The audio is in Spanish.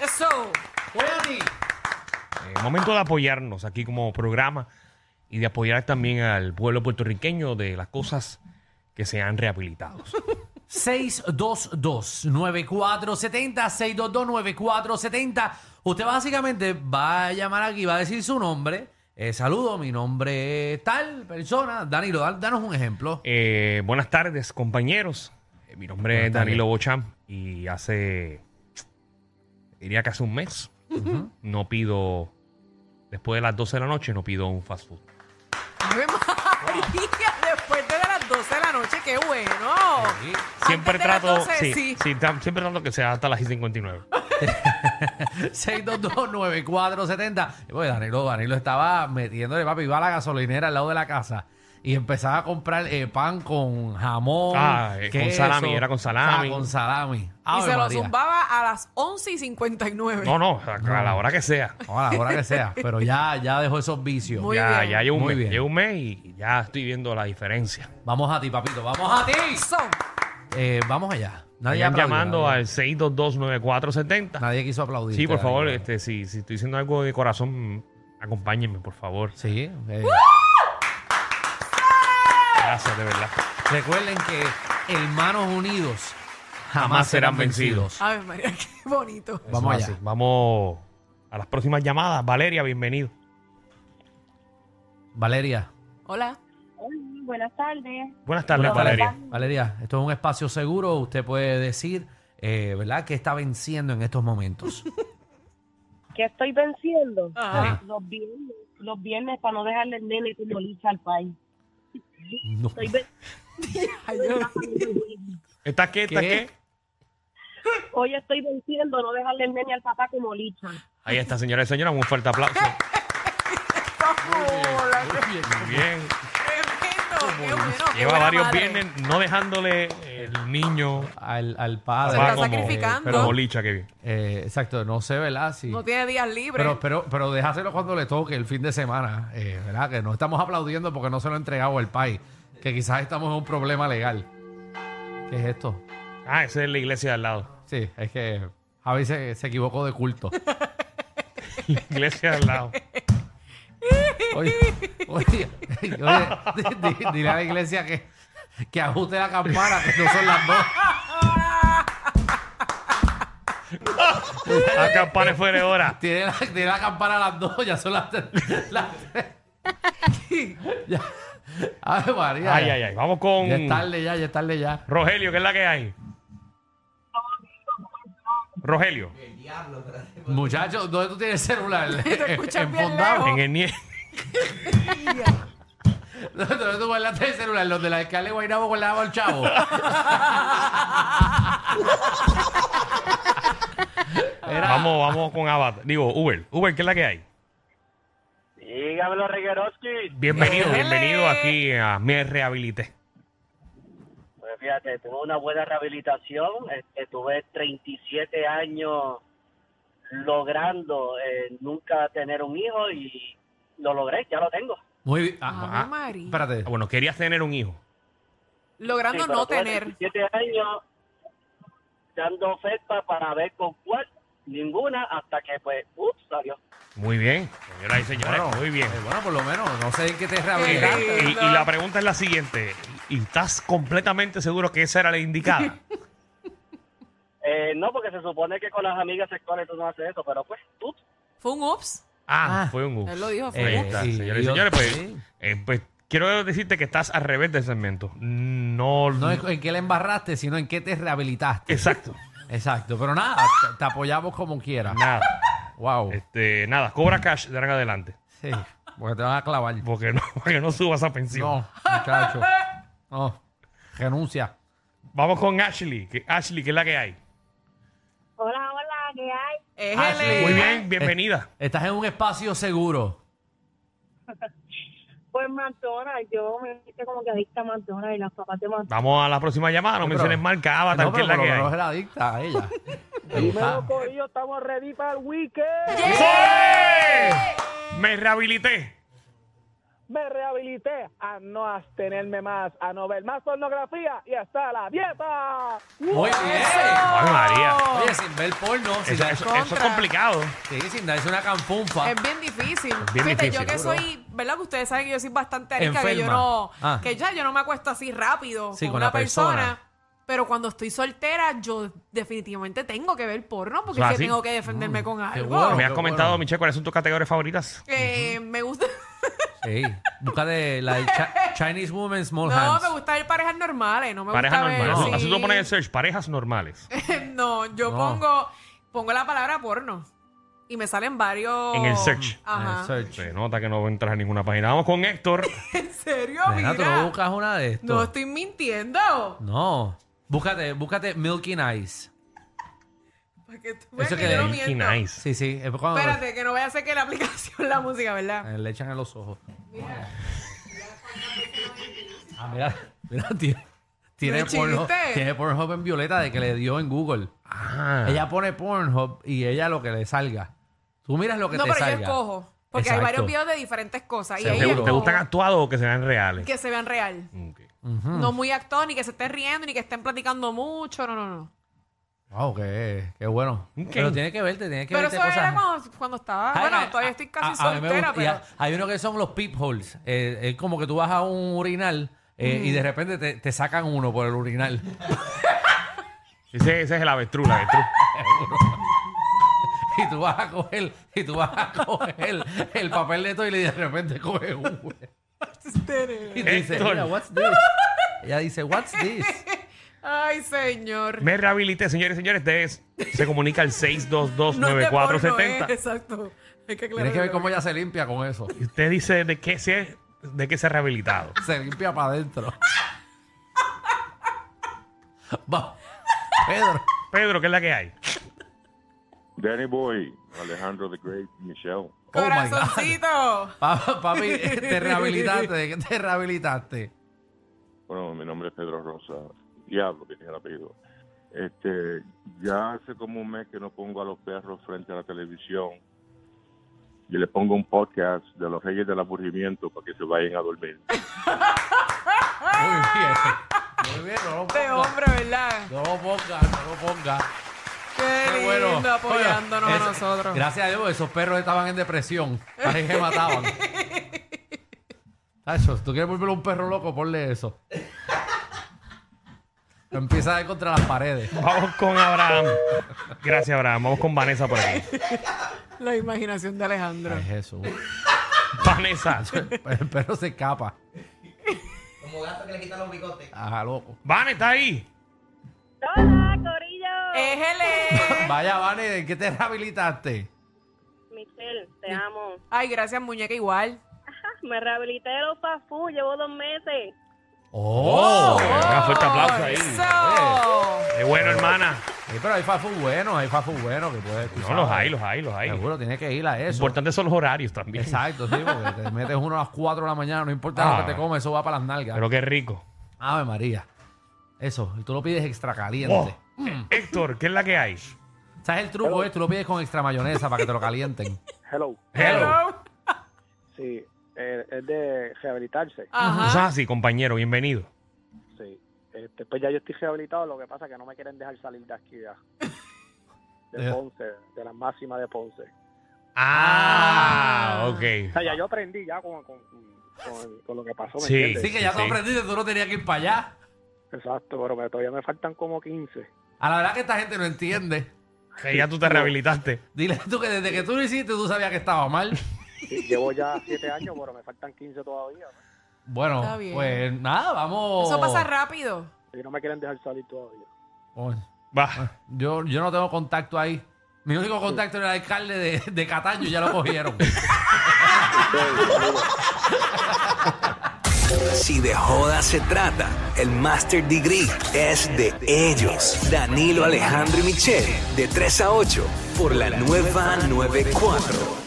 Eso. Voy a ti. Eh, momento de apoyarnos aquí como programa y de apoyar también al pueblo puertorriqueño de las cosas que se han rehabilitado. 622-9470, 622-9470. Usted básicamente va a llamar aquí, va a decir su nombre. Eh, saludo, mi nombre es tal persona. Danilo, dan- danos un ejemplo. Eh, buenas tardes, compañeros. Eh, mi nombre Buenas es tardes. Danilo Bocham y hace, diría que hace un mes, no pido, después de las 12 de la noche, no pido un fast food. Ave María, después de las 12 de la noche, qué bueno. Sí. Siempre Antes de las trato, 12, sí, sí. sí, tam- siempre trato que sea hasta las 59. 6229470. Y Pues Danilo, Danilo estaba metiéndole papi, iba a la gasolinera al lado de la casa y empezaba a comprar eh, pan con jamón. Ah, eh, con queso. salami, era con salami. Ah, con salami. y Ave se lo María. zumbaba a las 11 y 59. No, no, a, a la hora que sea. O a la hora que sea, pero ya, ya dejó esos vicios. Muy ya, bien. ya llevo un Muy mes, bien. llevo un mes y ya estoy viendo la diferencia. Vamos a ti, papito, vamos a ti. Eso. Eh, vamos allá. Nadie Vayan aplaudió, llamando nadie, al 6229470. nadie quiso aplaudir. Sí, por Danilo. favor, este, si, si estoy diciendo algo de corazón, acompáñenme, por favor. Sí. eh, Gracias, de verdad. recuerden que hermanos unidos jamás Jamás serán serán vencidos. Ave María, qué bonito. Vamos Eso es allá. así. Vamos a las próximas llamadas. Valeria, bienvenido. Valeria. Hola. Hola, buenas tardes. Buenas tardes, Bueno, Valeria. Valeria, esto es un espacio seguro. Usted puede decir, eh, ¿verdad?, que está venciendo en estos momentos. ¿Qué estoy venciendo? Ajá. Los viernes, los viernes para no dejarle el nene como licha al país. No. Estoy ven- Ay, Dios. ¿Estás qué? ¿Estás ¿Qué? qué? Hoy estoy venciendo no dejarle el nene al papá como licha. Ahí está, señora y señora. Un fuerte aplauso. Hola, qué Muy bien. tremendo, qué bueno, qué Lleva buena varios madre. viernes no dejándole el niño. Al, al va padre. está como- sacrificando. Pero bolicha, que bien. Eh, exacto, no sé, ¿verdad? Sí. No tiene días libres. Pero, pero, pero déjaselo cuando le toque el fin de semana, eh, ¿verdad? Que no estamos aplaudiendo porque no se lo ha entregado el país. Que quizás estamos en un problema legal. ¿Qué es esto? Ah, esa es la iglesia de al lado. Sí, es que Javi se, se equivocó de culto. La iglesia de al lado. Oye, oye, oye, di- di- dile a la iglesia que, que ajuste la campana, que no son las dos. La campana fuera de hora. Tiene la, tiene la campana a las dos, ya son las tres. las tres. Ya. Ave María. Ay, ay, ay. Vamos con Ya es tarde ya, ya es tarde ya. Rogelio, que es la que hay. Rogelio, Muchachos, ¿dónde tú tienes el celular? Te escuchas bien Enfondado. en el nie- ¿Dónde tú guardaste el celular? Los de la escala de Guaynabo guardaba al chavo. Era- Vamos, vamos con Avatar. Digo, Uber. Uber, ¿qué es la que hay? Dígamelo, Regueroski. Bienvenido, Dele. bienvenido aquí a Me Rehabilité. Pues fíjate, tuve una buena rehabilitación. Este, tuve 37 años logrando eh, nunca tener un hijo y lo logré, ya lo tengo. Muy bien. Ah, Ave ah, María. espérate. Ah, Bueno, querías tener un hijo. Logrando Sí, pero no tuve tener. 37 años dando oferta para ver con cuál, ninguna, hasta que pues, ups, salió. Muy bien, señoras y señores, Bueno, muy bien. eh, bueno, por lo menos, no sé en qué te Y, Mira. rehabilitaste. y- y la pregunta es la siguiente. ¿Y estás completamente seguro que esa era la indicada? Eh, no, porque se supone que con las amigas sexuales tú no haces eso, pero pues, ups. Fue un ups. Ah, Ah, fue un ups. él lo dijo, fue Ahí un está, ups. señoras y Sí, señores, pues, sí. eh, pues quiero decirte que estás al revés del segmento. No, No es en qué la embarraste, sino en qué te rehabilitaste. Exacto. Exacto, pero nada, te, te apoyamos como quieras. Nada. Wow. Este, nada, cobra cash de ahora en adelante. Sí, porque te van a clavar. Porque no, porque no subas a pensión. No, muchacho. No, renuncia. Vamos con Ashley. que- Ashley, que es la que hay. Hola, hola, ¿qué hay? Éjele. Muy bien, bienvenida. Estás en un espacio seguro. Pues McDonald's, yo me hice como que adicta a McDonald's y las papás de McDonald's. Vamos a la próxima llamada. No Sí, menciones pero- marca Avatar, no, que pero es la por que lo hay. menos era adicta a ella. Le Primero, gustaba. ellos estamos ready para el weekend. ¡Sí! Me rehabilité. me rehabilité a no abstenerme más, a no ver más pornografía y hasta la dieta. Muy bien. Ay, María. Oye, sin ver porno, sin Eso, dar- eso- eso es contra. complicado. sí, sin darse una campunfa. Es bien difícil. bien Fíjate, difícil, yo que seguro. soy, ¿verdad? Que ustedes saben que yo soy bastante rica, que yo Enferma. no, Ah. que ya yo no me acuesto así rápido Sí, con, con una la persona. Pero cuando estoy soltera, yo definitivamente tengo que ver porno porque Ah, es que ¿sí? tengo que defenderme con algo. bueno. Me has Yo, comentado, bueno. Michelle, cuáles son tus categorías favoritas. Eh, Me gusta. Sí. Busca de la de Chi- Chinese Woman Small No, Hands. me gusta ver parejas normales, no me Parejas gusta ver. normales. sí. Así tú pones el search, parejas normales. no, yo No. pongo pongo la palabra porno y me salen varios En el search. Ajá. Eh, search. Se nota que no entras a ninguna página. Vamos con Héctor. ¿En serio? Nena, tú no Mira. buscas una de estos. No estoy mintiendo. No. Búscate, búscate Milky Nice. Para que tú veas Eso que que yo no de Qué miento. nice. Sí, sí. Es cuando Espérate, que no vaya a ser que la aplicación la música, ¿verdad? eh, le echan en los ojos. Ah, mira, mira, tiene, tiene, Me porno, chiviste. tiene Pornhub en violeta de que le dio en Google. Ah. Ella pone Pornhub y ella lo que le salga. Tú miras lo que No, te pero salga. yo escojo. Porque hay Exacto. varios videos de diferentes cosas. Y ahí ¿Te, Seguro. te escojo gustan actuados o que sean reales? que se vean real. Ok. No muy actor, ni que se esté riendo, ni que estén platicando mucho. No, no, no. Wow, qué, qué bueno. Ok. Pero tiene que verte, tiene que Pero verte eso cosas. era cuando, cuando estaba. Ay, bueno, ay, todavía a- estoy a- casi a mí me soltera, gusta- y pero. a- hay uno que son los peep holes. Eh, es como que tú vas a un urinal eh, y de repente te, te sacan uno por el urinal. Ese, ese es el avestruz, el avestruz. y tú vas a coger, y tú vas a coger el, el papel de toile y de repente coges uno. este, Y dice, Héctor. mira, what's this? Ella dice, what's this? Ay, señor. Me rehabilité, señores y señores. Ustedes se comunica al No es de porno, 622-9470. eh, Exacto. Hay que aclarar. Tienes que ver cómo ella se limpia con eso. Y usted dice de qué se, de qué se ha rehabilitado. Se limpia para adentro. Vamos. Pedro. Pedro, ¿qué es la que hay? Danny Boy, Alejandro the Great, Michelle. Oh my God. Corazoncito. Pa- Papi, eh, te rehabilitaste. ¿De qué te rehabilitaste? Bueno, mi nombre es Pedro Rosa. Diablo, que tiene el apellido. Este, ya hace como un mes que no pongo a los perros frente a la televisión y le pongo un podcast de los Reyes del Aburrimiento para que se vayan a dormir. Muy bien. Muy bien, no lo De pongas. hombre, ¿verdad? No lo pongas, no lo pongas. Qué, Qué lindo Ah, bueno. apoyándonos Oye, a es- nosotros. Gracias a Dios, esos perros estaban en depresión. Ahí se mataban. Tacho, si tú quieres volver un perro loco, ponle eso. Lo Empieza a ir contra las paredes. Vamos con Abraham. Gracias, Abraham. Vamos con Vanessa por aquí. La imaginación de Alejandro. Ay, Jesús. Vanessa. El perro se escapa. Como gato que le quitan los bigotes. Ajá, loco. Van, está ahí. Hola, Corillo. Eh. ¡Éjele! Vaya, Vane, ¿de qué te rehabilitaste? Michelle, te amo. Ah, Ay, gracias, muñeca, igual. Me rehabilité de los fast food, llevo dos meses. ¡Oh! Bueno, Un fuerte aplauso ahí. ¡Eso! Qué bueno, hermana. Sí, pero hay fafu buenos, hay fafu buenos que puedes tú No, sabes. los hay, los hay, los hay. Seguro, tienes que ir a Lo eso. importante son los horarios también. Exacto, sí, porque te metes uno a las 4 de la mañana, no importa Ah. lo que te comes, eso va para las nalgas. Pero qué rico. Ave María. Eso, y tú lo pides extra caliente. Oh. Mm. Héctor, ¿qué es la que hay? ¿Sabes el truco? Es, tú lo pides con extra mayonesa para que te lo calienten. Hello. Hello. Sí, eh, es de rehabilitarse. Eso es Ajá. así, Ah. compañero. Bienvenido. Sí. Este, pues ya yo estoy rehabilitado, lo que pasa es que no me quieren dejar salir de aquí ya. De Ya. Ponce, de la máxima de Ponce. Ah, O ok. sea, ya yo aprendí ya con, con, con- con lo que pasó, ¿me Sí. entiendes? Sí, que ya Sí, te sí. aprendiste, tú no tenías que ir para allá. Exacto, pero me- todavía me faltan como 15. A la verdad que esta gente no entiende. Que ya tú te rehabilitaste. Dile tú que desde que tú lo hiciste, tú sabías que estaba mal. Y Llevo ya 7 años, pero me faltan 15 todavía. ¿no? Bueno, Está bien. pues nada, vamos. Eso pasa rápido. Y no me quieren dejar salir todavía. Coño. Va. Oh, Yo, yo no tengo contacto ahí. Mi único contacto era el alcalde de, de Cataño y ya lo cogieron. Si de joda se trata, el Master Degree es de ellos. Danilo Alejandro y Michelle, de 3 a 8, por la nueva 94.